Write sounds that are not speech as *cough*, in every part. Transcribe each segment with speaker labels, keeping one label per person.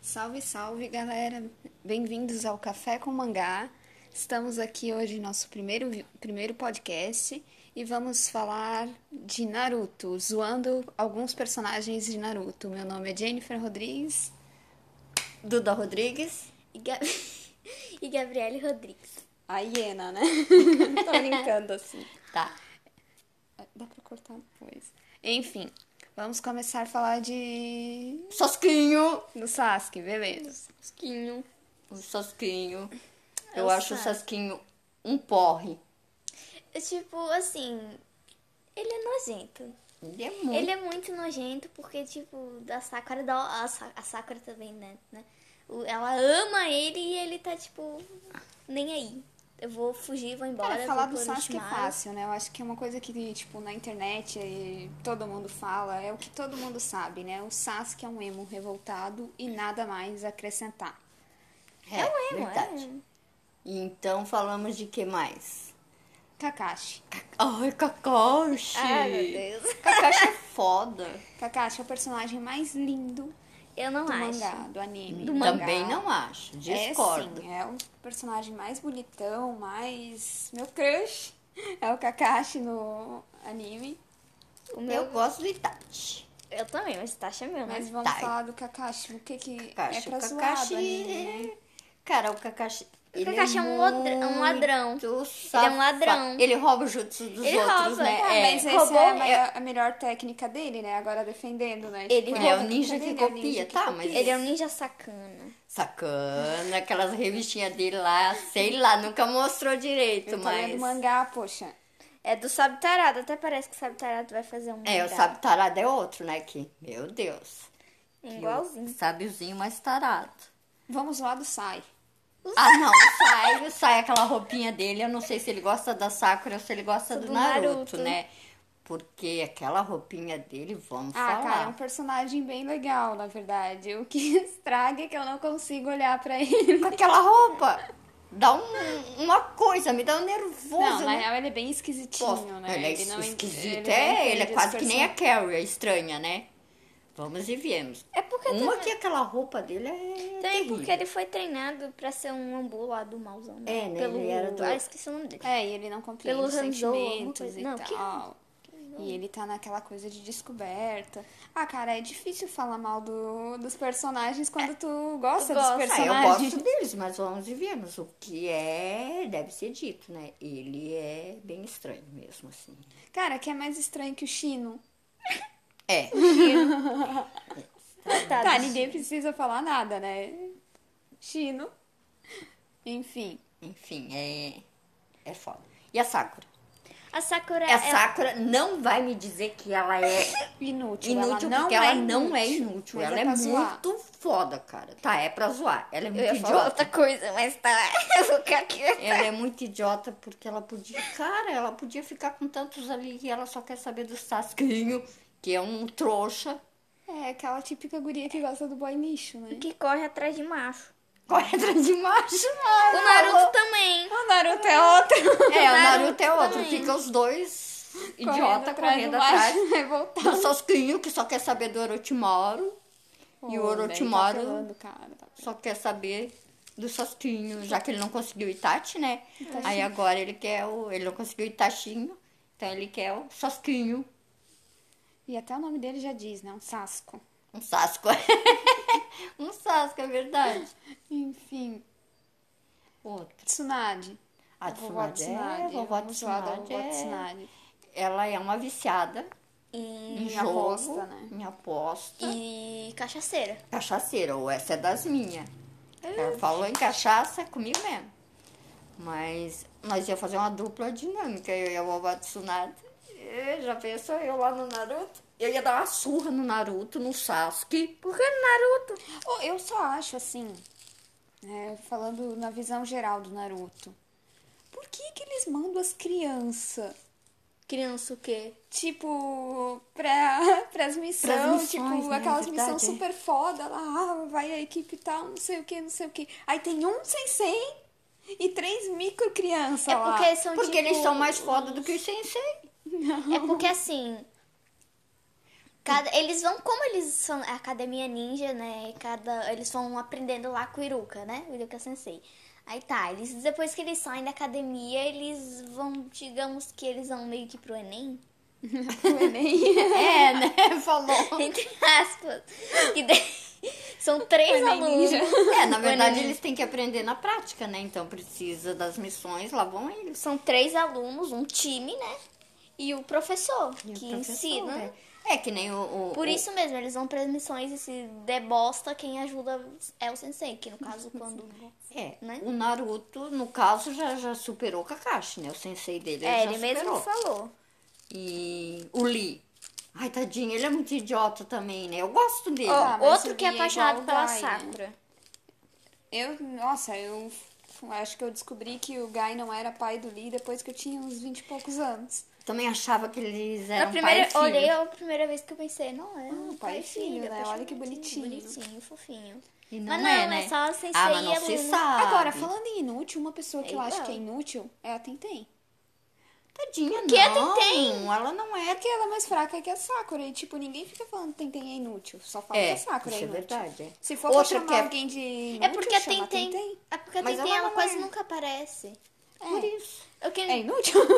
Speaker 1: Salve, salve, galera! Bem-vindos ao Café com Mangá. Estamos aqui hoje em nosso primeiro, vi- primeiro podcast e vamos falar de Naruto, zoando alguns personagens de Naruto. Meu nome é Jennifer Rodrigues
Speaker 2: Duda Rodrigues.
Speaker 3: E, Ga... *laughs* e Gabriele Rodrigues.
Speaker 1: a hiena,
Speaker 2: *laughs*
Speaker 1: né? Tô brincando assim.
Speaker 2: Tá.
Speaker 1: *laughs* Dá pra cortar depois. Enfim, vamos começar a falar de...
Speaker 2: Sasquinho.
Speaker 1: do Sasuke, beleza.
Speaker 3: Squinho.
Speaker 2: O Sasquinho.
Speaker 3: É
Speaker 2: Eu
Speaker 3: o
Speaker 2: acho o
Speaker 3: Sas.
Speaker 2: Sasquinho um porre.
Speaker 3: É Tipo, assim. Ele é nojento.
Speaker 2: Ele é muito.
Speaker 3: Ele é muito nojento porque, tipo, da Sakura. Da, a, Sa- a Sakura também, né? né? O- Ela ama ele e ele tá, tipo, nem aí. Eu vou fugir, vou embora.
Speaker 1: Cara, falar
Speaker 3: vou
Speaker 1: do
Speaker 3: pro
Speaker 1: Sasuke é
Speaker 3: Orochimaru.
Speaker 1: fácil, né? Eu acho que é uma coisa que, tipo, na internet e todo mundo fala, é o que todo mundo sabe, né? O Sasuke é um emo revoltado e nada mais a acrescentar.
Speaker 2: É,
Speaker 3: Não é?
Speaker 2: verdade. E Então falamos de que mais?
Speaker 1: Kakashi.
Speaker 2: Ai, Kakashi.
Speaker 3: Ai, meu Deus.
Speaker 2: Kakashi é
Speaker 3: *laughs*
Speaker 2: foda.
Speaker 1: Kakashi é o personagem mais lindo
Speaker 3: Eu não
Speaker 1: do
Speaker 3: acho.
Speaker 1: mangá, do anime.
Speaker 2: Também
Speaker 1: mangá.
Speaker 2: não acho.
Speaker 1: É
Speaker 2: Discordo.
Speaker 1: sim, é o personagem mais bonitão, mais. Meu crush é o Kakashi no anime.
Speaker 3: O
Speaker 2: Eu
Speaker 3: meu.
Speaker 2: gosto de Itachi.
Speaker 3: Eu também, mas tá chamando.
Speaker 1: Mas
Speaker 3: Mas...
Speaker 1: vamos
Speaker 2: Tá.
Speaker 1: falar do Kakashi, o que que é
Speaker 2: Kakashi.
Speaker 1: pra
Speaker 2: o
Speaker 1: zoar
Speaker 2: Kakashi.
Speaker 1: do anime, né?
Speaker 2: Cara, o Kakashi. O
Speaker 3: Kakashi é um ladra- é um ladrão. Ele é um ladrão.
Speaker 2: Ele rouba o jutsu dos
Speaker 3: Ele
Speaker 2: outros,
Speaker 3: rouba.
Speaker 2: né?
Speaker 3: Tá,
Speaker 2: É.
Speaker 1: Mas essa
Speaker 3: roubou-
Speaker 1: é a, maior- a melhor técnica dele, né? Agora defendendo, né?
Speaker 2: Ele
Speaker 1: Tipo,
Speaker 2: é
Speaker 1: a
Speaker 2: o ninja que
Speaker 1: técnica dele, é
Speaker 2: copia,
Speaker 1: o ninja que
Speaker 2: tá?
Speaker 1: copia.
Speaker 2: Mas
Speaker 3: Ele é um ninja sacana.
Speaker 2: Sacana, aquelas revistinhas dele lá, sei lá, nunca mostrou direito,
Speaker 1: Então é do
Speaker 2: mas.
Speaker 1: mangá, poxa.
Speaker 3: É do Sabtarado. Até parece que o Sabtarado vai fazer um.
Speaker 2: É, o
Speaker 3: mangá.
Speaker 2: sábio tarado é outro, né? Que, meu Deus.
Speaker 3: Igualzinho.
Speaker 2: Um Sábiozinho mais tarado.
Speaker 1: Vamos lá do Sai.
Speaker 2: Ah, não, o *laughs* Sai, o Sai, aquela roupinha dele, eu não sei se ele gosta da Sakura ou se ele gosta do,
Speaker 3: Do
Speaker 2: Naruto,
Speaker 3: Naruto.
Speaker 2: né? Porque aquela roupinha dele, vamos
Speaker 1: Ah, cara, é um
Speaker 2: falar.
Speaker 1: personagem bem legal, na verdade. O que *laughs* estraga é que eu não consigo olhar pra ele.
Speaker 2: Com aquela roupa, dá um- uma coisa, me dá um nervoso.
Speaker 1: Não,
Speaker 2: eu
Speaker 1: na real ele é bem esquisitinho,
Speaker 2: Poxa,
Speaker 1: né?
Speaker 2: Ele é
Speaker 1: não en-
Speaker 2: esquisito,
Speaker 1: não
Speaker 2: é,
Speaker 1: entende
Speaker 2: ele é
Speaker 1: os
Speaker 2: quase que nem a
Speaker 1: person-
Speaker 2: Carrie, a estranha, né? Vamos e viemos.
Speaker 3: É porque
Speaker 2: Uma
Speaker 3: também-
Speaker 2: que aquela roupa dele é
Speaker 3: Também
Speaker 2: Um terrível.
Speaker 3: porque ele foi treinado pra ser um ambu lá do mauzão. né?
Speaker 2: É, né? Ele era do- Tá,
Speaker 3: Ah, esqueci o nome dele.
Speaker 1: É, e ele não compreende
Speaker 3: Pelo
Speaker 1: os
Speaker 3: Hanzo, alguma
Speaker 1: sentimentos
Speaker 3: coisa.
Speaker 1: e
Speaker 3: Não, que
Speaker 1: tal. E ele tá naquela coisa de descoberta. Ah, cara, é difícil falar mal do- dos personagens quando tu gosta dos
Speaker 3: gosta.
Speaker 2: Ah, É, eu
Speaker 1: personagens.
Speaker 2: gosto deles, mas vamos e viemos. O que é, deve ser dito, né? Ele é bem estranho mesmo, assim.
Speaker 1: Cara, que é mais estranho que o Chino.
Speaker 2: É,
Speaker 3: Coitado.
Speaker 1: Tá, ninguém precisa falar nada, né? Chino. Enfim.
Speaker 2: enfim, é, é foda. E a Sakura?
Speaker 3: A Sakura
Speaker 2: A
Speaker 3: é-
Speaker 2: Sakura não vai me dizer que ela é
Speaker 1: Inútil.
Speaker 2: inútil,
Speaker 1: ela não
Speaker 2: porque
Speaker 1: é
Speaker 2: ela
Speaker 1: inútil.
Speaker 2: não é inútil.
Speaker 1: mas
Speaker 2: Ela
Speaker 1: é
Speaker 2: é,
Speaker 1: pra zoar.
Speaker 2: muito foda, cara. Tá, é pra zoar. Ela é muito
Speaker 3: Eu ia falar
Speaker 2: idiota.
Speaker 3: outra coisa, mas tá. *laughs* Eu vou ficar quieto.
Speaker 2: Ela é muito idiota porque ela podia. Cara, ela podia ficar com tantos ali e ela só quer saber do Sasquinho, que é um trouxa.
Speaker 1: É aquela típica guria que gosta do boy lixo, né?
Speaker 3: Que corre atrás de macho.
Speaker 2: Corre atrás de macho,
Speaker 3: O
Speaker 2: mano.
Speaker 3: Naruto também.
Speaker 1: O Naruto é outro.
Speaker 2: É, o
Speaker 3: Naruto
Speaker 2: Naruto é outro.
Speaker 3: também.
Speaker 2: Fica os dois idiota
Speaker 1: atrás do
Speaker 2: correndo
Speaker 1: macho, né? *laughs*
Speaker 2: atrás
Speaker 1: revoltado.
Speaker 2: do Sasquinho, que só quer saber do Orochimaru. E o
Speaker 1: Pô, daí
Speaker 2: Orochimaru
Speaker 1: Tá apelando, cara. Tá
Speaker 2: só quer saber do Sasquinho, já que ele não conseguiu o Itachi, né? Aí agora ele quer o. Ele não conseguiu o Itachinho, então ele quer o Sasquinho.
Speaker 1: E até o nome dele já diz, né? Um Sasco.
Speaker 2: Um Sasco. *laughs* um Sasco, é verdade.
Speaker 1: Enfim,
Speaker 2: Outro.
Speaker 1: Tsunade.
Speaker 2: A
Speaker 1: Vovó
Speaker 2: Ah, Tsunade é, vovó
Speaker 1: Vamos lá da
Speaker 2: Tsunade
Speaker 1: vovó
Speaker 2: é-
Speaker 1: Tsunade.
Speaker 2: Ela é uma viciada
Speaker 3: E,
Speaker 2: em
Speaker 1: Em
Speaker 2: jogo,
Speaker 1: aposta, né?
Speaker 2: em aposta.
Speaker 3: e cachaceira.
Speaker 2: Cachaceira, ou essa é das minhas. Ela falou em cachaça é comigo mesmo. Mas nós ia fazer uma dupla dinâmica, eu e a vovó Tsunade. E Já pensou eu lá no Naruto? Eu ia dar uma surra no Naruto, no Sasuke.
Speaker 3: Por que Naruto?
Speaker 1: Oh, eu só acho assim, né, falando na visão geral do Naruto, por que que eles mandam as crianças,
Speaker 3: Criança o quê?
Speaker 1: tipo, pra, *laughs* pras missões,
Speaker 2: Pras missões,
Speaker 1: tipo,
Speaker 2: né,
Speaker 1: aquelas
Speaker 2: é
Speaker 1: missões
Speaker 2: verdade, é.
Speaker 1: super foda lá, ah, vai a equipe tal, não sei o que, não sei o que. Aí tem um sensei e três micro crianças
Speaker 3: É
Speaker 1: lá.
Speaker 3: porque eles são
Speaker 2: Porque
Speaker 3: tipo,
Speaker 2: eles são mais foda do que os sensei.
Speaker 3: É porque assim. É Cada, eles vão, como eles são a academia ninja, né? e Cada, eles vão aprendendo lá com o Iruka, né? O Iruka Sensei. Aí tá, eles, depois que eles saem da academia, eles vão, digamos que eles vão meio que pro Enem. *laughs*
Speaker 2: É, *laughs* né? Falou.
Speaker 3: Entre aspas. Que daí são três
Speaker 1: Enem
Speaker 3: alunos.
Speaker 1: ninja.
Speaker 2: É, na verdade
Speaker 3: Enem.
Speaker 2: eles têm que aprender na prática, né? Então precisa das missões, lá vão eles.
Speaker 3: São três alunos, um time, né? E o professor,
Speaker 2: E o
Speaker 3: que
Speaker 2: professor,
Speaker 3: ensina.
Speaker 2: né? É que nem o. o-
Speaker 3: Por
Speaker 2: o-
Speaker 3: isso mesmo, eles vão pras missões e se debosta quem ajuda é o sensei, que no
Speaker 2: *laughs*
Speaker 3: caso quando...
Speaker 2: É,
Speaker 3: né?
Speaker 2: o Naruto, no caso, já, já superou o Kakashi, né? O sensei dele
Speaker 3: é,
Speaker 2: já
Speaker 3: ele mesmo
Speaker 2: superou.
Speaker 3: falou.
Speaker 2: E o Lee. Ai, tadinho, ele é muito idiota também, né? Eu gosto dele.
Speaker 1: Ah, mas
Speaker 3: Outro
Speaker 1: o
Speaker 3: que é
Speaker 1: Lee é
Speaker 3: apaixonado
Speaker 1: igual
Speaker 3: pela
Speaker 1: o Guy, né?
Speaker 3: Sakura.
Speaker 2: É
Speaker 1: Eu, nossa, eu f- acho que eu descobri que o Guy não era pai do Lee depois que eu tinha uns 20 e poucos anos.
Speaker 2: Também achava que eles
Speaker 3: Na
Speaker 2: eram
Speaker 3: É primeira,
Speaker 2: um pai e filho. Ah,
Speaker 3: olhei a primeira vez que eu pensei, não é um
Speaker 1: pai e filho, né?
Speaker 3: apaixonado,
Speaker 1: Olha que bonitinho.
Speaker 3: Bonitinho, fofinho.
Speaker 2: E não
Speaker 3: mas não,
Speaker 2: é,
Speaker 3: é
Speaker 2: né?
Speaker 3: só sensei
Speaker 2: Ah, mas não
Speaker 3: e
Speaker 2: se
Speaker 3: aluno.
Speaker 2: sabe.
Speaker 1: Agora, falando em inútil, uma pessoa que
Speaker 3: É
Speaker 1: eu acho
Speaker 3: igual.
Speaker 1: que é inútil é a Tenten.
Speaker 2: Tadinha,
Speaker 3: que a
Speaker 2: não.
Speaker 3: Tenten?
Speaker 2: Ela não é...
Speaker 1: Porque ela é mais fraca que a Sakura. E, tipo, ninguém fica falando que Tenten é inútil. Só fala que
Speaker 2: É,
Speaker 1: a Sakura é
Speaker 2: isso é
Speaker 1: inútil.
Speaker 2: verdade. é.
Speaker 1: Se for pra
Speaker 2: Outra
Speaker 1: chamar
Speaker 2: que é-
Speaker 1: alguém de inútil,
Speaker 3: É porque a
Speaker 1: chama
Speaker 3: Tenten,
Speaker 1: Tenten.
Speaker 3: é porque a
Speaker 2: Mas
Speaker 3: Tenten,
Speaker 2: ela
Speaker 3: ela
Speaker 2: não
Speaker 3: quase
Speaker 2: é.
Speaker 3: nunca aparece. É.
Speaker 2: Por isso.
Speaker 3: Eu que...
Speaker 1: É inútil? *laughs*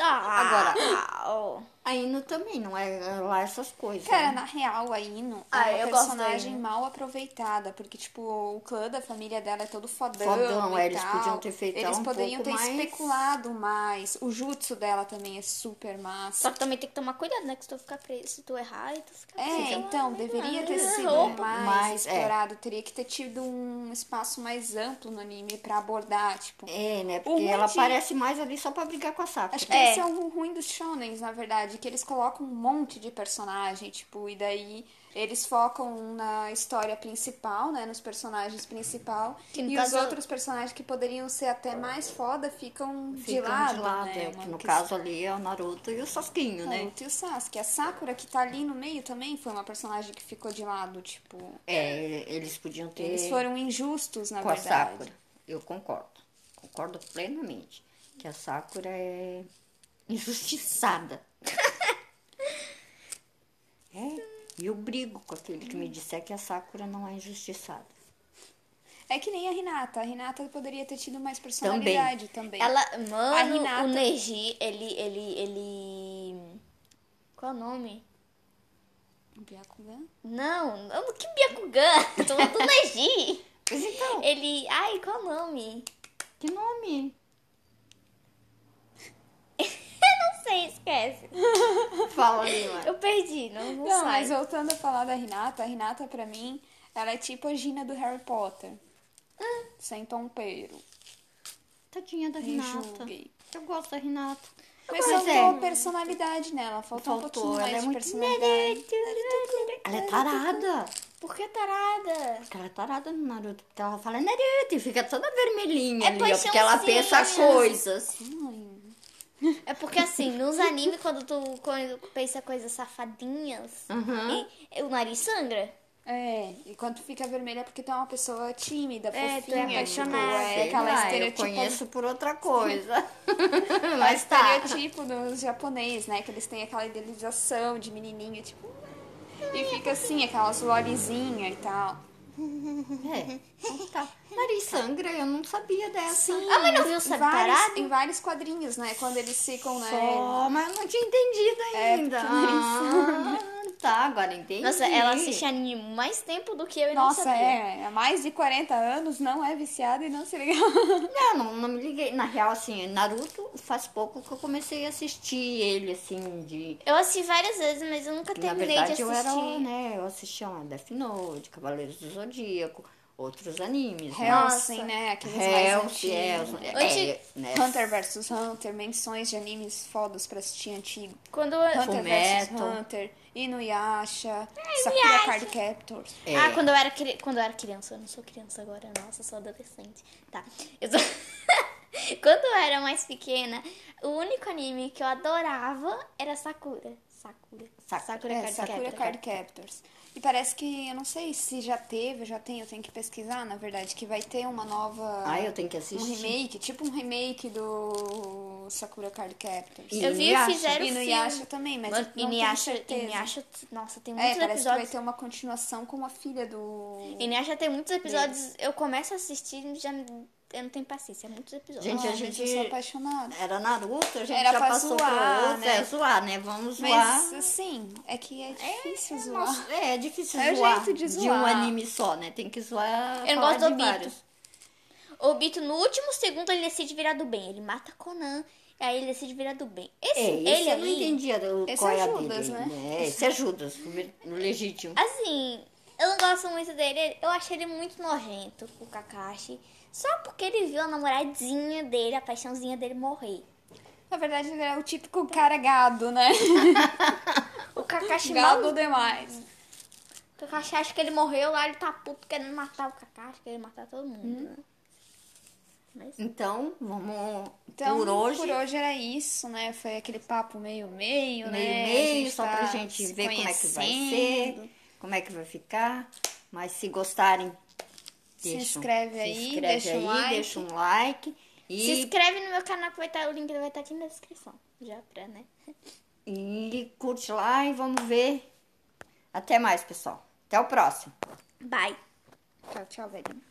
Speaker 3: Ah,
Speaker 2: Agora,
Speaker 3: ó.
Speaker 2: A Inu também não é lá essas coisas.
Speaker 1: Cara,
Speaker 2: né?
Speaker 1: na real, a Ino é
Speaker 3: Ah,
Speaker 1: uma
Speaker 3: eu gosto da
Speaker 1: personagem
Speaker 3: Ino.
Speaker 1: mal aproveitada, porque, tipo, o clã da família dela é todo fodão.
Speaker 2: Fodão,
Speaker 1: e
Speaker 2: é, eles
Speaker 1: tal.
Speaker 2: podiam ter feito
Speaker 1: Eles
Speaker 2: ela um
Speaker 1: poderiam
Speaker 2: pouco
Speaker 1: ter
Speaker 2: mais-
Speaker 1: especulado mais. O jutsu dela também é super massa.
Speaker 3: Só que também tem que tomar cuidado, né? Que se tu ficar preso, se tu errar, e tu fica
Speaker 1: É,
Speaker 3: preso.
Speaker 1: então, deveria ter
Speaker 3: Ah,
Speaker 1: sido
Speaker 3: roupa.
Speaker 1: mais,
Speaker 2: Mais, é.
Speaker 1: explorado. Teria que ter tido um espaço mais amplo no anime pra abordar, tipo.
Speaker 2: É, né?
Speaker 1: O
Speaker 2: Porque
Speaker 1: ruim
Speaker 2: ela
Speaker 1: de-
Speaker 2: aparece mais ali só pra brigar com a Sakura.
Speaker 1: Acho que
Speaker 3: É.
Speaker 1: esse é o ruim dos shonens, na verdade, que eles colocam um monte de personagem, tipo, e daí eles focam um na história principal, né, nos personagens principal,
Speaker 3: Que no
Speaker 1: e os
Speaker 3: caso-
Speaker 1: outros personagens que poderiam ser até mais foda ficam, de
Speaker 2: Ficam
Speaker 1: lado,
Speaker 2: é,
Speaker 1: né,
Speaker 2: que
Speaker 1: uma
Speaker 2: no
Speaker 1: questão-
Speaker 2: caso ali é o Naruto e o Sasuke, né?
Speaker 1: Naruto e o Sasuke. A Sakura, que tá ali no meio também, foi uma personagem que ficou de lado, tipo,
Speaker 2: É, eles podiam ter
Speaker 1: eles foram injustos, na
Speaker 2: com a
Speaker 1: verdade.
Speaker 2: Sakura. Eu concordo. Concordo plenamente que a Sakura é injustiçada. *laughs* é, e eu brigo com aquele que me disser que a Sakura não é injustiçada.
Speaker 1: É que nem a Hinata. A Hinata poderia ter tido mais personalidade também.
Speaker 3: Ela,
Speaker 1: A
Speaker 3: mano,
Speaker 1: Hinata-
Speaker 3: o Neji, ele, ele, ele... Qual é o nome?
Speaker 1: O Um Byakugan?
Speaker 3: Não, não que Byakugan, *laughs* tô falando do Neji.
Speaker 2: Mas então,
Speaker 3: Ele, ai, qual é o nome?
Speaker 1: *laughs*
Speaker 2: que nome?
Speaker 3: Não sei, esquece.
Speaker 2: Fala ali, mano.
Speaker 3: Eu perdi, não, não,
Speaker 1: Não,
Speaker 3: sai.
Speaker 1: mas voltando a falar da Renata, a Renata pra mim, ela é tipo a Gina do Harry Potter.
Speaker 2: Hum.
Speaker 1: Sem tompeiro.
Speaker 2: Tadinha da
Speaker 1: Me
Speaker 2: Renata.
Speaker 1: julguem.
Speaker 2: Eu gosto da Renata.
Speaker 1: Mas
Speaker 2: Pois
Speaker 1: faltou
Speaker 2: é.
Speaker 1: personalidade nela, faltou, um
Speaker 2: Faltou,
Speaker 1: pouquinho
Speaker 2: ela
Speaker 1: mais
Speaker 2: é
Speaker 1: de
Speaker 2: muito-
Speaker 3: *laughs*
Speaker 1: personalidade.
Speaker 2: Ela é tarada.
Speaker 3: Por que tarada?
Speaker 2: Porque ela é tarada no Naruto. Porque ela fala Naruto e fica toda vermelhinha
Speaker 3: É
Speaker 2: ali, ó, porque ela
Speaker 3: paixãozinha.
Speaker 2: pensa coisas.
Speaker 1: Ai,
Speaker 3: É porque assim, nos animes, quando tu quando pensa coisas safadinhas,
Speaker 2: Aham.
Speaker 3: e- o nariz sangra.
Speaker 1: É, e quando fica vermelha é porque tu é uma pessoa tímida,
Speaker 3: É, tu é
Speaker 1: fofinha,
Speaker 3: apaixonada.
Speaker 1: tipo, é
Speaker 2: Sei
Speaker 1: aquela
Speaker 2: lá,
Speaker 1: estereotipo,
Speaker 2: Ah, Eu conheço por outra coisa.
Speaker 1: aquela
Speaker 2: Mas tá.
Speaker 1: estereotipo dos japonês, né? Que eles têm aquela idealização de menininha, tipo... E fica assim, aquelas lolizinhas e tal.
Speaker 2: É. então tá. Nariz sangra, eu não sabia dessa.
Speaker 1: Sim,
Speaker 3: Ah, mas não viu o
Speaker 1: em
Speaker 3: Sabe
Speaker 1: vários,
Speaker 3: Tarado?
Speaker 1: em vários quadrinhos, né? Quando eles ficam, né?
Speaker 2: Só, mas eu não tinha entendido ainda.
Speaker 1: porque
Speaker 2: ah, tá, agora entendi.
Speaker 3: Nossa, ela assiste anime mais tempo do que eu e não
Speaker 1: Nossa,
Speaker 3: sabia.
Speaker 1: é. Há mais de 40 anos, não é viciada e não se liga.
Speaker 2: Não, não, não me liguei. Na real, assim, Naruto faz pouco que eu comecei a assistir ele, assim, de...
Speaker 3: Eu assisti várias vezes, mas eu nunca
Speaker 2: Na
Speaker 3: terminei
Speaker 2: verdade,
Speaker 3: de
Speaker 2: eu
Speaker 3: assistir.
Speaker 2: era, né, eu assistia uma Death Note, Cavaleiros do Zodíaco, outros animes, né?
Speaker 1: Hellsing, né? Aqueles mais
Speaker 2: Hellsing,
Speaker 1: antigos.
Speaker 2: Hellsing,
Speaker 3: Anti-
Speaker 2: é, né?
Speaker 1: Hunter vs Hunter, menções de animes fodas pra assistir antigo.
Speaker 3: Quando eu...
Speaker 1: Hunter vs
Speaker 2: Fullmetal.
Speaker 1: Hunter, Inuyasha, Sakura Card Captors.
Speaker 2: É.
Speaker 3: Ah, quando eu, era cri... quando eu era criança. Eu não sou criança agora, nossa, eu sou adolescente. Tá. Eu sou... *laughs* quando eu era mais pequena, o único anime que eu adorava era Sakura. Sakura.
Speaker 2: Sa-
Speaker 3: Sakura
Speaker 1: É,
Speaker 3: Card
Speaker 1: Sakura
Speaker 3: Captor.
Speaker 1: Card Captors. E parece que, eu não sei se já teve, já tem, eu tenho que pesquisar, na verdade, que vai ter uma nova...
Speaker 2: Ah, eu tenho que
Speaker 1: Um
Speaker 2: assistir.
Speaker 1: remake, tipo um remake do no Sakura Card Captors.
Speaker 2: E
Speaker 3: Eu vi
Speaker 2: Inuyasha.
Speaker 3: e fizeram
Speaker 1: E no
Speaker 3: filme.
Speaker 1: Yasha também, mas eu não
Speaker 3: e
Speaker 1: tenho
Speaker 3: Inuyasha,
Speaker 1: certeza.
Speaker 3: Inuyasha, nossa, tem
Speaker 1: É, parece
Speaker 3: muitos
Speaker 1: que vai
Speaker 3: episódios.
Speaker 1: ter um uma continuação com a filha do...
Speaker 3: Inuyasha tem muitos episódios. Eu começo a assistir e já eu não tenho paciência, é muitos episódios.
Speaker 2: Gente,
Speaker 1: Ah,
Speaker 2: a
Speaker 1: mas
Speaker 2: gente-
Speaker 1: Eu sou apaixonada.
Speaker 2: Era Naruto, a gente
Speaker 1: Era
Speaker 2: já
Speaker 1: pra
Speaker 2: passou
Speaker 1: zoar,
Speaker 2: por outro.
Speaker 1: né?
Speaker 2: É zoar, né? Vamos zoar.
Speaker 1: Mas, assim, é que é difícil zoar.
Speaker 2: Nossa, é difícil
Speaker 1: É o
Speaker 2: zoar
Speaker 1: jeito de
Speaker 2: um
Speaker 1: zoar.
Speaker 2: anime só, né? Tem que zoar.
Speaker 3: Eu não gosto
Speaker 2: falar
Speaker 3: do
Speaker 2: de
Speaker 3: Obito.
Speaker 2: vários.
Speaker 3: O Obito, no último segundo, ele decide virar do bem. Ele mata Conan, e aí ele decide virar do bem. Esse,
Speaker 2: É, esse
Speaker 3: ele
Speaker 2: eu não
Speaker 3: aí,
Speaker 2: entendia do,
Speaker 1: Esse
Speaker 2: qual
Speaker 1: é
Speaker 2: é a
Speaker 1: Judas,
Speaker 2: dele.
Speaker 1: né?
Speaker 2: É, esse é Judas, o me- o
Speaker 1: *laughs*
Speaker 2: legítimo.
Speaker 3: assim, eu não gosto muito dele. Eu achei ele muito nojento, o Kakashi. Só porque ele viu a namoradinha dele, a paixãozinha dele morrer.
Speaker 1: Na verdade, ele é o típico cara gado, né?
Speaker 3: O
Speaker 2: Tá
Speaker 3: Kakashi
Speaker 1: *laughs*
Speaker 3: mal
Speaker 1: gado demais.
Speaker 3: O Kakashi acha que ele morreu lá, ele tá puto querendo matar o Kakashi, querendo matar todo mundo.
Speaker 2: Hum.
Speaker 3: né? Mas
Speaker 2: Então, vamos
Speaker 1: Então,
Speaker 2: por hoje.
Speaker 1: era isso, né? Foi aquele papo meio-meio, né?
Speaker 2: meio
Speaker 1: A
Speaker 2: meio,
Speaker 1: gente
Speaker 2: só pra
Speaker 1: tá
Speaker 2: gente
Speaker 1: se
Speaker 2: ver como é que vai
Speaker 1: conhecendo.
Speaker 2: ser, como é que vai ficar. Mas se gostarem,
Speaker 1: Se
Speaker 2: deixam-
Speaker 1: inscreve
Speaker 2: se
Speaker 1: aí,
Speaker 2: inscreve
Speaker 1: deixa um
Speaker 2: aí,
Speaker 1: like.
Speaker 2: deixa um like.
Speaker 3: Se
Speaker 2: E,
Speaker 3: inscreve no meu canal que vai tá, o link vai estar aqui na descrição. Já pra, né?
Speaker 2: e curte lá e vamos ver. Até mais, pessoal. Até o próximo.
Speaker 3: Bye.
Speaker 1: Tchau, tchau, velhinho.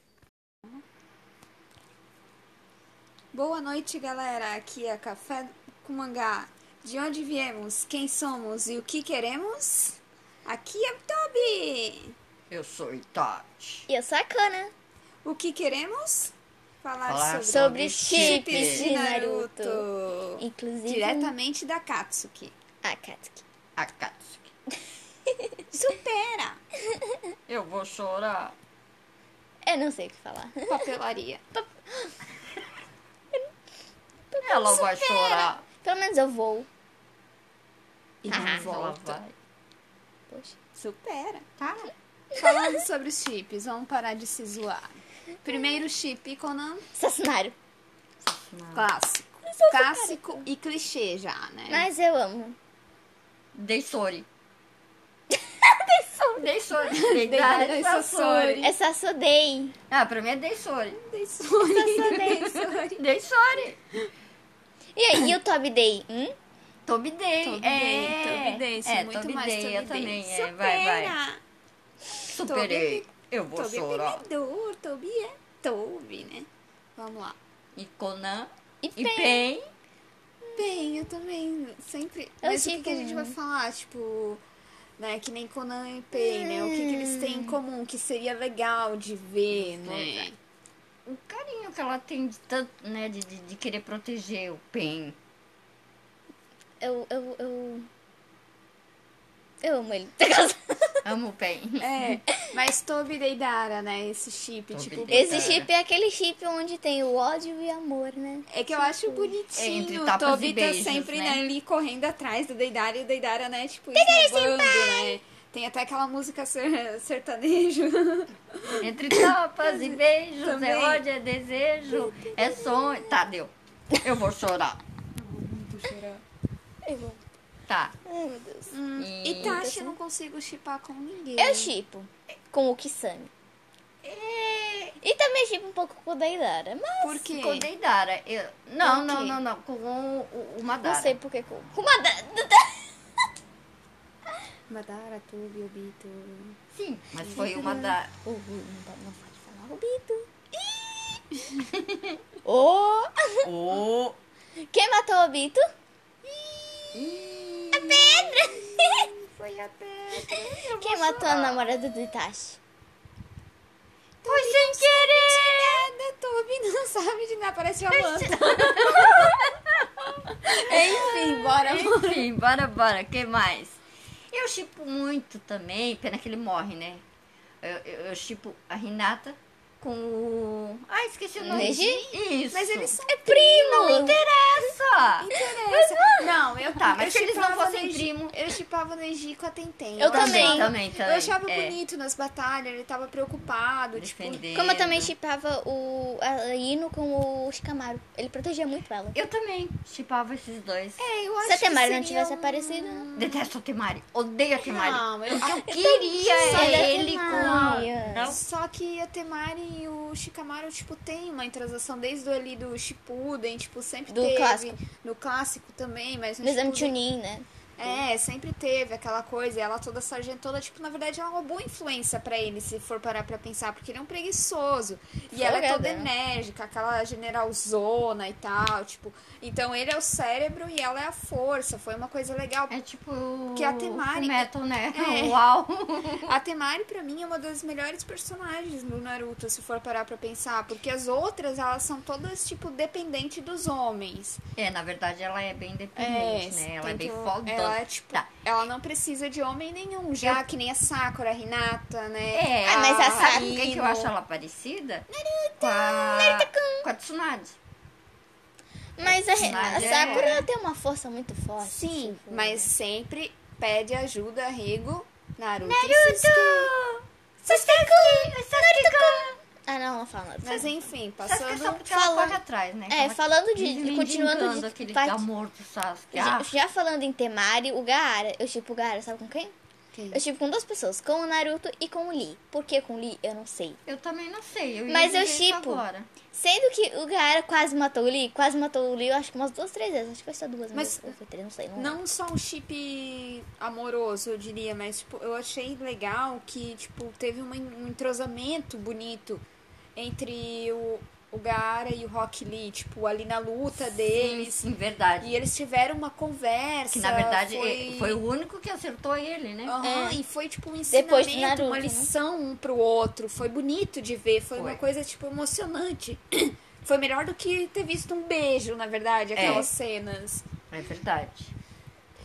Speaker 1: Boa noite, galera. Aqui é Café com Mangá. De onde viemos, quem somos e o que queremos? Aqui é Tobi.
Speaker 2: Eu sou Itachi.
Speaker 3: E eu sou a Kana.
Speaker 1: O que queremos? Falar,
Speaker 2: Falar
Speaker 3: Sobre
Speaker 2: Sobre
Speaker 3: chips
Speaker 2: chips
Speaker 3: de Naruto. Inclusive.
Speaker 1: Diretamente da Katsuki.
Speaker 3: Ah, Katsuki.
Speaker 2: Akatsuki.
Speaker 1: Supera!
Speaker 2: Eu vou chorar.
Speaker 3: Eu não sei o que falar. *laughs*
Speaker 1: Papelaria.
Speaker 2: Ela vai chorar. Ah,
Speaker 3: Pelo menos eu vou.
Speaker 2: E
Speaker 3: não
Speaker 2: não
Speaker 3: volta.
Speaker 2: volta.
Speaker 3: Poxa.
Speaker 1: Supera.
Speaker 2: Tá?
Speaker 1: Falando sobre os chips, vamos parar de se zoar. Primeiro chip Conan,
Speaker 3: Assassinário.
Speaker 1: clássico. Clássico e clichê já, né?
Speaker 3: Mas eu amo.
Speaker 2: Dei sori.
Speaker 3: Sou-
Speaker 2: Dei sori.
Speaker 1: *laughs* Dei-
Speaker 2: dar
Speaker 1: dei
Speaker 2: essa
Speaker 1: sori.
Speaker 2: sori.
Speaker 3: Eu só sudei.
Speaker 2: Ah, pra mim é dei sori.
Speaker 1: Dei sorry.
Speaker 3: Dei
Speaker 2: Dei sori.
Speaker 3: E aí, e o Top Day? Hum?
Speaker 2: Tobi dei.
Speaker 1: Tobi
Speaker 2: é.
Speaker 1: dei, Tobi dei, sou
Speaker 2: É,
Speaker 1: muito
Speaker 2: Tobi
Speaker 1: mais
Speaker 2: dei, eu
Speaker 1: Tobi dei.
Speaker 2: também. É, vai, vai. Superei.
Speaker 1: Tobi-
Speaker 2: Eu vou
Speaker 1: Tobi é
Speaker 2: chorar.
Speaker 1: bebedor, Tobi é Tobi, né? Vamos lá.
Speaker 2: E Conan.
Speaker 3: E
Speaker 2: E
Speaker 3: Pen.
Speaker 2: Pen.
Speaker 1: Bem, eu também sempre... Mas o que,
Speaker 3: tipo-
Speaker 1: que a gente vai falar, tipo... Né, que nem Conan e Pain, né? O que, que eles têm em comum, que seria legal de ver, né?
Speaker 2: O carinho que ela tem de tanto, né? De, de, de querer proteger o Pen.
Speaker 3: Eu, eu, eu... Eu amo *laughs* ele.
Speaker 2: Amo o Pen.
Speaker 1: *laughs* É, mas Tobi Deidara, né? Esse chip,
Speaker 2: Tobi
Speaker 1: tipo.
Speaker 2: Deidara.
Speaker 3: Esse chip é aquele chip onde tem o ódio e amor, né?
Speaker 1: É que eu acho bonitinho.
Speaker 2: Tipo, Entre
Speaker 1: O
Speaker 2: tapas
Speaker 1: Tobi
Speaker 2: e
Speaker 1: tá
Speaker 2: beijos,
Speaker 1: sempre
Speaker 2: né? é
Speaker 1: né, ali correndo atrás do Deidara e o Deidara, né? Tipo, esnobando, né? Tem até aquela música ser- sertanejo.
Speaker 2: Entre tapas e beijos,
Speaker 1: Também.
Speaker 2: é ódio, é desejo, é sonho. Tá, deu. Eu vou chorar.
Speaker 1: *laughs*
Speaker 2: Tá.
Speaker 3: Ai, É Ah, meu Deus.
Speaker 1: Hum,
Speaker 2: E-
Speaker 1: Itachi eu não consigo chipar com ninguém.
Speaker 3: Eu chipo com o Kisame. E também chipo um pouco com o Daidara, mas
Speaker 1: Por quê?
Speaker 2: Com o Deidara. Eu... Não,
Speaker 1: Com
Speaker 2: não,
Speaker 1: quem?
Speaker 2: não, não. Com o, o, o
Speaker 3: não
Speaker 2: Madara.
Speaker 3: sei por que com... Com uma...
Speaker 1: Madara, Tobi, Obito.
Speaker 2: Sim, mas foi o Madara.
Speaker 3: O Ru- não pode- não pode falar Rubito. oh!
Speaker 2: O...
Speaker 3: Quem matou o Obito?
Speaker 2: Ih,
Speaker 3: Pedro!
Speaker 2: Foi a pedra.
Speaker 3: Quem matou a namorada do Itachi?
Speaker 2: Foi sem querer.
Speaker 1: Nada, Tobi não sabe de nada, parece a
Speaker 2: *laughs*
Speaker 1: Wanda. *laughs* Enfim, bora.
Speaker 2: É
Speaker 1: *laughs*
Speaker 2: Enfim, bora, bora. que mais? Eu chipo muito também. Pena que ele morre, né? Eu- Eu eu chipo a Renata com o... Ah, esqueci o nome.
Speaker 3: Neji?
Speaker 2: Isso.
Speaker 1: Mas eles são
Speaker 3: É primo!
Speaker 2: Não interessa.
Speaker 1: interessa. Não, eu
Speaker 2: Tá, mas
Speaker 1: eu
Speaker 2: se eles É, não
Speaker 1: shippava
Speaker 2: fossem
Speaker 1: Neji-
Speaker 2: primo-
Speaker 1: Eu chipava Neji com a Tenten.
Speaker 3: Eu
Speaker 1: achava-
Speaker 3: também.
Speaker 2: Também, também,
Speaker 1: Eu achava
Speaker 2: é.
Speaker 1: bonito nas batalhas, ele tava preocupado, tipo,
Speaker 2: Defendendo.
Speaker 3: Como eu também chipava o a Ino com o Shikamaru. Ele protegia muito ela.
Speaker 2: Eu também chipava esses dois.
Speaker 1: é, eu acho
Speaker 3: Se a
Speaker 1: que
Speaker 3: Temari não
Speaker 1: seria
Speaker 3: tivesse
Speaker 1: um-
Speaker 3: aparecido,
Speaker 2: Detesto o Temari. Odeio o Temari.
Speaker 1: Não, eu-
Speaker 2: Queria
Speaker 3: Só da
Speaker 2: ele com a
Speaker 3: Temari.
Speaker 2: Não?
Speaker 1: Só que a Temari e o Shikamaru, tipo, tem uma transação desde ali do Shippuden, tipo, sempre
Speaker 3: Do
Speaker 1: teve.
Speaker 3: clássico.
Speaker 1: No clássico também, mas no
Speaker 3: No exame
Speaker 1: Shippuden-
Speaker 3: Chunin, né?
Speaker 1: É, sempre teve aquela coisa, e ela toda sargento toda, tipo, na verdade ela é uma boa influência pra ele, se for parar pra pensar, porque ele é um preguiçoso. E ela é
Speaker 3: Folgada,
Speaker 1: toda
Speaker 3: né?
Speaker 1: enérgica, aquela generalzona e tal, tipo. Então ele é o cérebro e ela é a força. Foi uma coisa legal.
Speaker 2: É tipo. o
Speaker 1: Que a temática-
Speaker 2: Fullmetal, né? *laughs*
Speaker 1: É.
Speaker 2: Uau!
Speaker 1: A Temari, pra mim, é uma das melhores personagens do Naruto, se for parar pra pensar. Porque as outras, elas são todas, tipo, dependentes dos homens.
Speaker 2: É, na verdade ela é bem
Speaker 1: É,
Speaker 2: dependente, né? Ela é
Speaker 1: tanto-
Speaker 2: bem fodona.
Speaker 1: Ela é, tipo,
Speaker 2: Tá.
Speaker 1: ela não precisa de homem nenhum, já que nem a Sakura, a Hinata, né?
Speaker 2: É,
Speaker 3: Ah, mas a
Speaker 2: sabe com quem que eu
Speaker 3: Sakino-
Speaker 2: acho ela parecida? Naruto! Com a, com a Tsunade.
Speaker 3: Mas a, a
Speaker 2: Mas é-
Speaker 3: Sakura ela tem uma força muito forte.
Speaker 1: Sim,
Speaker 3: tipo,
Speaker 1: mas sempre pede ajuda a Rigo, Naruto, e Sasuke.
Speaker 2: Sasuke-kun!
Speaker 3: Ah, não, não fala nada.
Speaker 1: Mas enfim,
Speaker 2: Sasuke é só
Speaker 1: passando...
Speaker 2: porque ela
Speaker 3: Falando-
Speaker 2: corre atrás, né?
Speaker 3: É,
Speaker 2: Ela
Speaker 3: falando de.
Speaker 2: vive
Speaker 3: continuando
Speaker 2: vindicando
Speaker 3: de.
Speaker 2: aquele
Speaker 3: parte-
Speaker 2: amor do Sasuke.
Speaker 3: já,
Speaker 2: Ah,
Speaker 3: já falando em Temari, o Gaara, eu tipo o Gaara, sabe com quem?
Speaker 1: Quem?
Speaker 3: Eu tipo com duas pessoas, com o Naruto e com o Lee. Por que com o Lee? Eu não sei.
Speaker 2: eu também não sei. Eu ia
Speaker 3: Mas eu
Speaker 2: dizer isso
Speaker 3: shippo.
Speaker 2: agora.
Speaker 3: Sendo que o Gaara quase matou o Lee, quase matou o Lee, eu acho que umas duas, três vezes. Acho que foi só duas,
Speaker 1: Mas-
Speaker 3: mas ou foi três, não sei. Não, lembro.
Speaker 1: Não só um chip amoroso, eu diria, mas tipo, eu achei legal que tipo teve um en- um entrosamento bonito entre o, o Gaara e o Rock Lee, tipo, ali na luta
Speaker 2: Sim,
Speaker 1: deles.
Speaker 2: sim, verdade.
Speaker 1: E eles tiveram uma conversa.
Speaker 2: Que na verdade
Speaker 1: foi,
Speaker 2: é- foi o único que acertou ele, né?
Speaker 3: Ah.
Speaker 1: Aham, E foi tipo um ensinamento,
Speaker 3: Depois do Naruto,
Speaker 1: uma
Speaker 3: né?
Speaker 1: lição um pro outro. Foi bonito de ver, foi,
Speaker 2: Foi.
Speaker 1: uma coisa tipo emocionante. *clears throat* Foi melhor do que ter visto um beijo, na verdade, aquelas cenas.
Speaker 2: É verdade.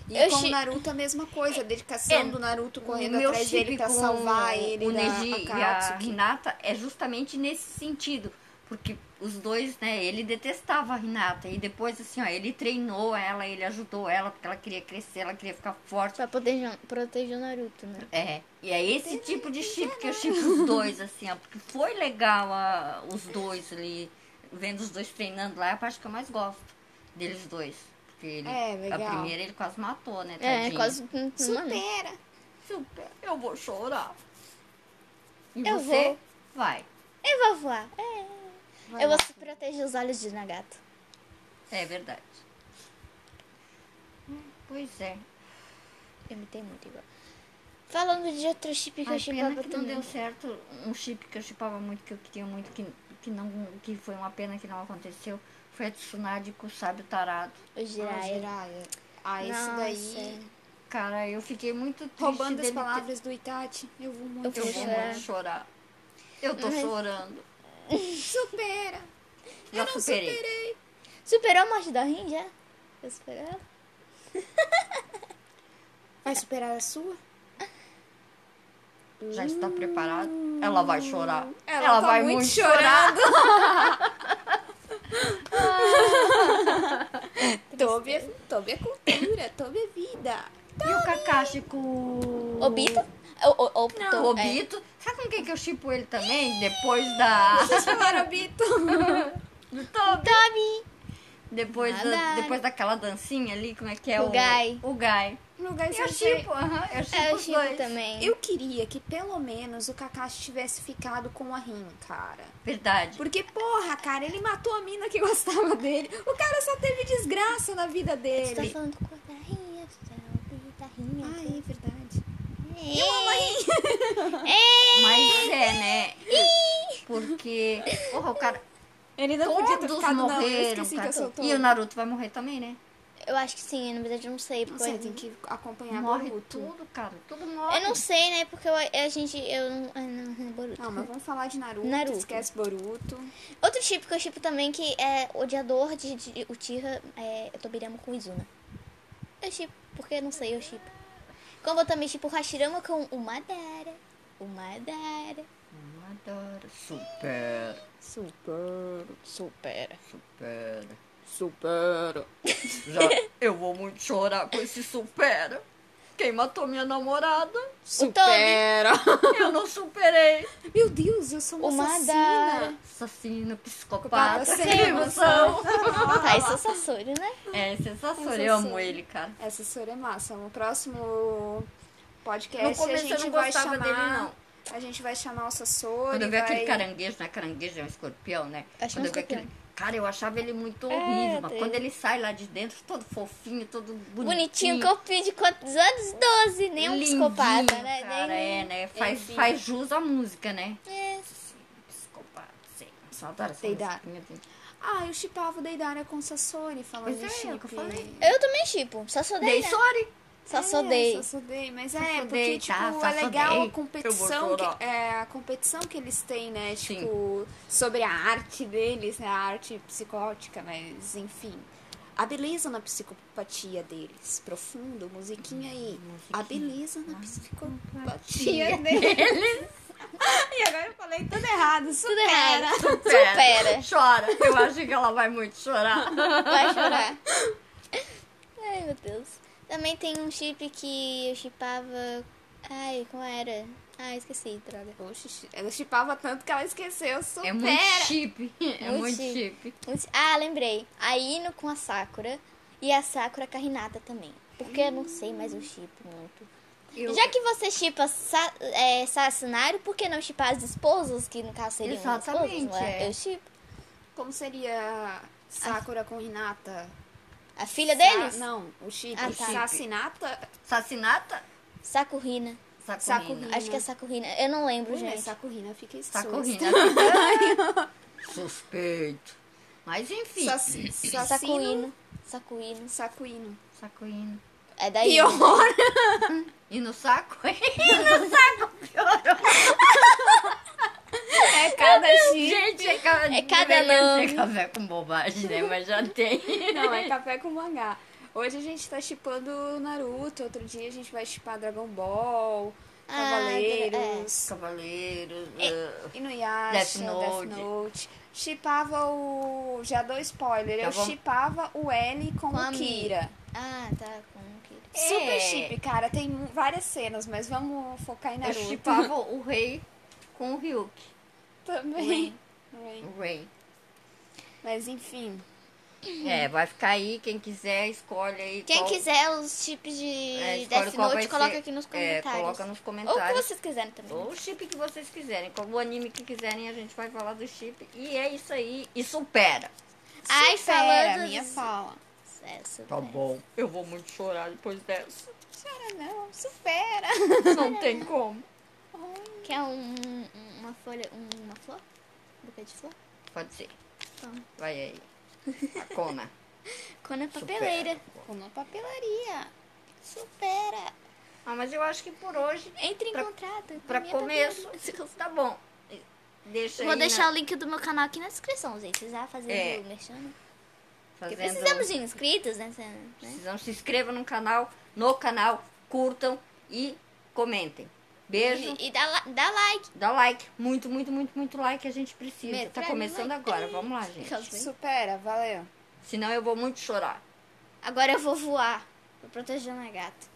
Speaker 1: E
Speaker 3: Eu
Speaker 1: com
Speaker 3: chi-
Speaker 1: o Naruto a mesma coisa, a dedicação
Speaker 2: É,
Speaker 1: do Naruto correndo
Speaker 2: o meu
Speaker 1: atrás dele
Speaker 2: chip
Speaker 1: pra
Speaker 2: com
Speaker 1: salvar ele
Speaker 2: o
Speaker 1: da
Speaker 2: Neji e a
Speaker 1: Akatsuki.
Speaker 2: Hinata é justamente nesse sentido porque os dois né ele detestava a Hinata e depois assim ó ele treinou ela ele ajudou ela porque ela queria crescer ela queria ficar forte
Speaker 3: Pra proteger, proteger o Naruto, né?
Speaker 2: é e é esse tipo de chip que eu chipo os dois assim ó porque foi legal a- os dois ali vendo os dois treinando lá é a parte que eu mais gosto deles dois porque ele,
Speaker 1: É, legal.
Speaker 2: a primeira ele quase matou né
Speaker 3: É,
Speaker 2: tadinho.
Speaker 3: quase. hum, mano.
Speaker 1: Supera!
Speaker 2: super eu vou chorar e
Speaker 3: Eu
Speaker 2: você
Speaker 3: vou.
Speaker 2: vai
Speaker 3: Eu vou voar. É.
Speaker 1: Vai
Speaker 3: eu
Speaker 1: lá.
Speaker 3: vou proteger os olhos de Nagato.
Speaker 2: É verdade. Hum, Pois é.
Speaker 3: Eu me tenho muito igual. Falando de outro chip que
Speaker 2: Ai,
Speaker 3: eu
Speaker 2: pena
Speaker 3: chipava
Speaker 2: que não
Speaker 3: também.
Speaker 2: deu certo um chip que eu chipava muito, que eu queria muito, que, que, não, que foi uma pena que não aconteceu. Foi a Tsunade com o sábio tarado.
Speaker 3: O Uhum. Jiraiya.
Speaker 1: Jiraiya. Ah, esse
Speaker 3: Nossa, é
Speaker 1: daí.
Speaker 2: Cara, eu fiquei muito triste.
Speaker 1: Roubando as
Speaker 2: dele ter-
Speaker 1: palavras do Itachi. Eu vou muito.
Speaker 2: Eu
Speaker 3: Vou
Speaker 2: vou
Speaker 3: chorar.
Speaker 2: muito chorar. Eu tô chorando.
Speaker 1: Supera!
Speaker 2: Já
Speaker 1: não
Speaker 2: superei.
Speaker 3: Superou a morte da Rin já? Eu superou ela?
Speaker 1: Vai superar a sua?
Speaker 2: Já está preparado? Ela vai chorar.
Speaker 1: Ela
Speaker 2: Ela,
Speaker 1: tá
Speaker 2: vai
Speaker 1: muito
Speaker 2: muito, chorar.
Speaker 1: *laughs* Tobe, Tobe é cultura, Tobe é vida.
Speaker 2: E o Kakashi com.
Speaker 3: Obito? É O, o, o,
Speaker 2: Não, o Obito. Sabe com quem que eu chipo ele também? Depois da.
Speaker 1: Chorabito.
Speaker 2: Do
Speaker 3: É,
Speaker 2: Toby.
Speaker 3: Tobi!
Speaker 2: Depois, da,
Speaker 3: Nada.
Speaker 2: depois daquela dancinha ali, como é que é?
Speaker 3: O Guy.
Speaker 2: O Guy.
Speaker 1: Lugar
Speaker 2: Eu chipo, aham, eu chipo
Speaker 3: É, eu
Speaker 2: os
Speaker 3: chipo
Speaker 2: dois.
Speaker 3: também.
Speaker 1: Eu queria que pelo menos o Kakashi tivesse ficado com a Rin, cara.
Speaker 2: Verdade.
Speaker 1: Porque, porra, cara, ele matou a mina que *laughs* gostava dele. O cara só teve desgraça na vida
Speaker 3: Você tá
Speaker 1: dele.
Speaker 3: falando com a Rinha, você tá ouvindo a Rinha.
Speaker 1: Ah, é verdade.
Speaker 2: Mas é, né? Porque, porra, o cara...
Speaker 1: Ele não podia ter
Speaker 2: Todos
Speaker 1: ficado, não. Eu
Speaker 2: morreram,
Speaker 1: esqueci que
Speaker 2: cara.
Speaker 1: eu sou toda.
Speaker 2: E o Naruto vai morrer também, né?
Speaker 3: Eu acho que sim, na verdade eu não sei.
Speaker 1: Não
Speaker 3: Porque
Speaker 2: é
Speaker 1: sei,
Speaker 3: eu-
Speaker 1: tem que acompanhar
Speaker 2: morre
Speaker 1: Boruto.
Speaker 2: tudo, cara. Tudo morre.
Speaker 3: Eu não sei, né? Porque eu- a gente. Eu não. ah, não, Boruto.
Speaker 1: Não, mas vamos falar de Naruto.
Speaker 3: Naruto.
Speaker 1: Esquece Boruto.
Speaker 3: Outro tipo que eu tipo também que é odiador de, de Uchiha é eu Tobirama com Izuna. Eu tipo, porque eu não sei, eu tipo. Como eu também tipo Hashirama com o Madara. O Madara.
Speaker 2: Eu adoro. Super,
Speaker 1: Super, super,
Speaker 2: super.
Speaker 1: super.
Speaker 2: Já, eu vou muito chorar com esse supera. Quem matou minha namorada?
Speaker 1: Supera.
Speaker 2: Eu não superei.
Speaker 1: Meu Deus, eu sou uma
Speaker 3: O Madara.
Speaker 1: assassina.
Speaker 2: Assassino,
Speaker 1: Pata
Speaker 2: psicopata,
Speaker 1: sem emoção.
Speaker 3: Tá, isso é Sasori, né?
Speaker 2: É sensacional,
Speaker 1: Sensação.
Speaker 2: eu amo ele, cara.
Speaker 1: Essa história é massa. No próximo podcast
Speaker 2: No começo
Speaker 1: a
Speaker 2: eu
Speaker 1: gente
Speaker 2: não
Speaker 1: vai
Speaker 2: gostava
Speaker 1: chamar...
Speaker 2: dele, não.
Speaker 1: A gente vai chamar o Sasori.
Speaker 2: Quando eu vi aquele
Speaker 1: vai-
Speaker 2: caranguejo, não é caranguejo, é um escorpião, né?
Speaker 1: Acho que
Speaker 2: Quando
Speaker 1: é um
Speaker 2: eu vi
Speaker 1: escorpião.
Speaker 2: Cara, eu achava ele muito horrível, mas
Speaker 1: tem-
Speaker 2: quando ele sai lá de dentro, todo fofinho, todo bonitinho.
Speaker 3: Bonitinho, corpinho de quantos anos? 12, nem um
Speaker 2: lindinho,
Speaker 3: psicopata, né?
Speaker 2: Cara,
Speaker 3: nem...
Speaker 2: é, né? Faz,
Speaker 3: Enfim.
Speaker 2: faz jus à música, né?
Speaker 3: É.
Speaker 2: Psicopata, sei. Eu Só adoro essa
Speaker 1: Deidara.
Speaker 2: musiquinha dele.
Speaker 1: Ah, eu chipava o Deidara com o Sasori, falando
Speaker 2: Pois é,
Speaker 1: de
Speaker 2: é o que eu
Speaker 1: chip.
Speaker 2: falei.
Speaker 3: Eu também, tipo, só só dei,
Speaker 2: Dei
Speaker 3: né?
Speaker 2: sorry.
Speaker 3: Só
Speaker 1: É,
Speaker 3: só dei.
Speaker 1: Sassodei, mas
Speaker 2: Sassodei,
Speaker 1: é, porque, tipo,
Speaker 2: tá?
Speaker 1: é legal
Speaker 2: Sassodei.
Speaker 1: a competição,
Speaker 2: Eu vou chorar.
Speaker 1: que, é, a competição que eles têm, né?
Speaker 2: Sim.
Speaker 1: Tipo, sobre a arte deles, né? A arte psicótica, mas enfim. A beleza na psicopatia deles. Profundo, musiquinha aí.
Speaker 3: Hum,
Speaker 1: A beleza na psicopatia deles. e agora eu falei tudo errado,
Speaker 3: Tudo
Speaker 1: supera.
Speaker 3: errado.
Speaker 2: Pera,
Speaker 3: Supera.
Speaker 2: *laughs* Chora. Eu acho que ela vai muito
Speaker 3: *laughs*
Speaker 2: chorar.
Speaker 3: Vai chorar. Ai, meu Deus. Também tem um chip que eu chipava. Ai, como era? Ai, esqueci, droga.
Speaker 1: Oxe, ela chipava tanto que ela esqueceu, supera.
Speaker 2: É muito chip. *laughs* É
Speaker 3: Muito
Speaker 2: muito
Speaker 3: chip.
Speaker 2: chip.
Speaker 3: Uns- Ah, lembrei. A Ino com a Sakura e a Sakura com a Hinata também. Porque eu não sei mais o chip muito.
Speaker 2: Eu-
Speaker 3: Já que você chipa sa é, Sassinari, por que não chipar as esposas? Que no caso seriam as esposas, não
Speaker 2: Exatamente,
Speaker 3: é?
Speaker 2: é.
Speaker 3: Eu chipo.
Speaker 1: Como seria Sakura com Hinata?
Speaker 3: A Ah.
Speaker 1: Sa-
Speaker 3: filha deles?
Speaker 1: Não, o chip.
Speaker 3: Ah,
Speaker 1: Ah,
Speaker 3: tá.
Speaker 1: Sacinata?
Speaker 2: Assassinata?
Speaker 3: Sakurina.
Speaker 2: Sakurina.
Speaker 1: Sakurina.
Speaker 3: Acho que é Sakurina. Eu não lembro,
Speaker 1: Ui,
Speaker 3: gente.
Speaker 1: mas Sakurina fica
Speaker 2: Tá Sakurina. *laughs* Suspeito. Mas enfim.
Speaker 1: Sacuíno.
Speaker 3: Sakuino. Sakuino.
Speaker 1: Sacuíno.
Speaker 2: Sacuíno.
Speaker 3: É daí.
Speaker 1: Pior.
Speaker 2: E no saco? *laughs* *laughs*
Speaker 1: É cada chip.
Speaker 2: Gente, é, ca...
Speaker 3: É cada
Speaker 2: deveria
Speaker 3: nome.
Speaker 2: ser café com bobagem, né? Mas já *laughs* tem.
Speaker 1: Não, é café com mangá. Hoje a gente tá chipando Naruto, outro dia a gente vai chipar Dragon Ball,
Speaker 3: Ah,
Speaker 1: Cavaleiros,
Speaker 2: Cavaleiros. ah,
Speaker 1: Inuyasha,
Speaker 2: Death Note.
Speaker 1: Death Note. Chipava o... Já dou spoiler,
Speaker 2: Tá
Speaker 1: eu
Speaker 2: bom.
Speaker 1: chipava o L com,
Speaker 3: Com a
Speaker 1: o Kira.
Speaker 3: Ah, tá. Como que.
Speaker 1: Super
Speaker 2: É.
Speaker 1: chip, cara. Tem mu- várias cenas, mas vamos focar em
Speaker 2: Eu
Speaker 1: Naruto.
Speaker 2: chipava o rei com o Ryuk.
Speaker 1: *laughs* Também. Rain.
Speaker 2: O rei.
Speaker 1: Mas enfim.
Speaker 2: É, vai ficar aí. Quem quiser, escolhe aí.
Speaker 3: Quem
Speaker 2: qual-
Speaker 3: quiser os chips de
Speaker 2: é, escolhe
Speaker 3: Death
Speaker 2: qual
Speaker 3: Note,
Speaker 2: vai
Speaker 3: coloca
Speaker 2: ser.
Speaker 3: aqui nos
Speaker 2: É,
Speaker 3: comentários.
Speaker 2: coloca nos
Speaker 3: Ou o que
Speaker 2: comentários.
Speaker 3: vocês quiserem também.
Speaker 2: Ou o chip que vocês quiserem, qual o anime que quiserem, a gente vai falar do chip. E é isso aí, e supera.
Speaker 3: Ai,
Speaker 1: supera
Speaker 3: falando
Speaker 1: a minha
Speaker 3: dos-
Speaker 1: fala.
Speaker 3: É, super.
Speaker 2: bom, eu vou muito chorar depois dessa.
Speaker 1: Cara, não, supera.
Speaker 2: *laughs* Não tem como.
Speaker 3: Quer um, um- uma folha, um- uma flor? Um buquê de flor?
Speaker 2: Pode ser.
Speaker 3: Toma.
Speaker 2: Vai aí. A Kona.
Speaker 3: Quando é
Speaker 2: supera.
Speaker 3: papeleira.
Speaker 1: Como tá na papelaria.
Speaker 3: Supera.
Speaker 2: *laughs* Ah, mas eu acho que por hoje,
Speaker 3: Entre em
Speaker 2: Pra-
Speaker 3: contrato. é
Speaker 2: pra começo, tá bom. Deixa
Speaker 3: Vou
Speaker 2: aí,
Speaker 3: deixar
Speaker 2: né?
Speaker 3: o link do meu canal aqui na descrição, gente. Vocês já fazendo
Speaker 2: É.
Speaker 3: o merchan? né? Porque
Speaker 2: Fazendo...
Speaker 3: precisamos de inscritos, né? Cê- né?
Speaker 2: Precisamos. Se inscrevam no canal, no canal, curtam e comentem. Beijo.
Speaker 3: E, e dá, la- dá like.
Speaker 2: Dá um like. Muito, muito, muito, muito like. A gente precisa.
Speaker 3: Metralha
Speaker 2: tá começando
Speaker 3: like. Tá
Speaker 2: agora. Vamos lá, gente.
Speaker 1: Supera, valeu.
Speaker 2: Senão eu vou muito chorar.
Speaker 3: Agora eu vou voar. Vou proteger minha gata.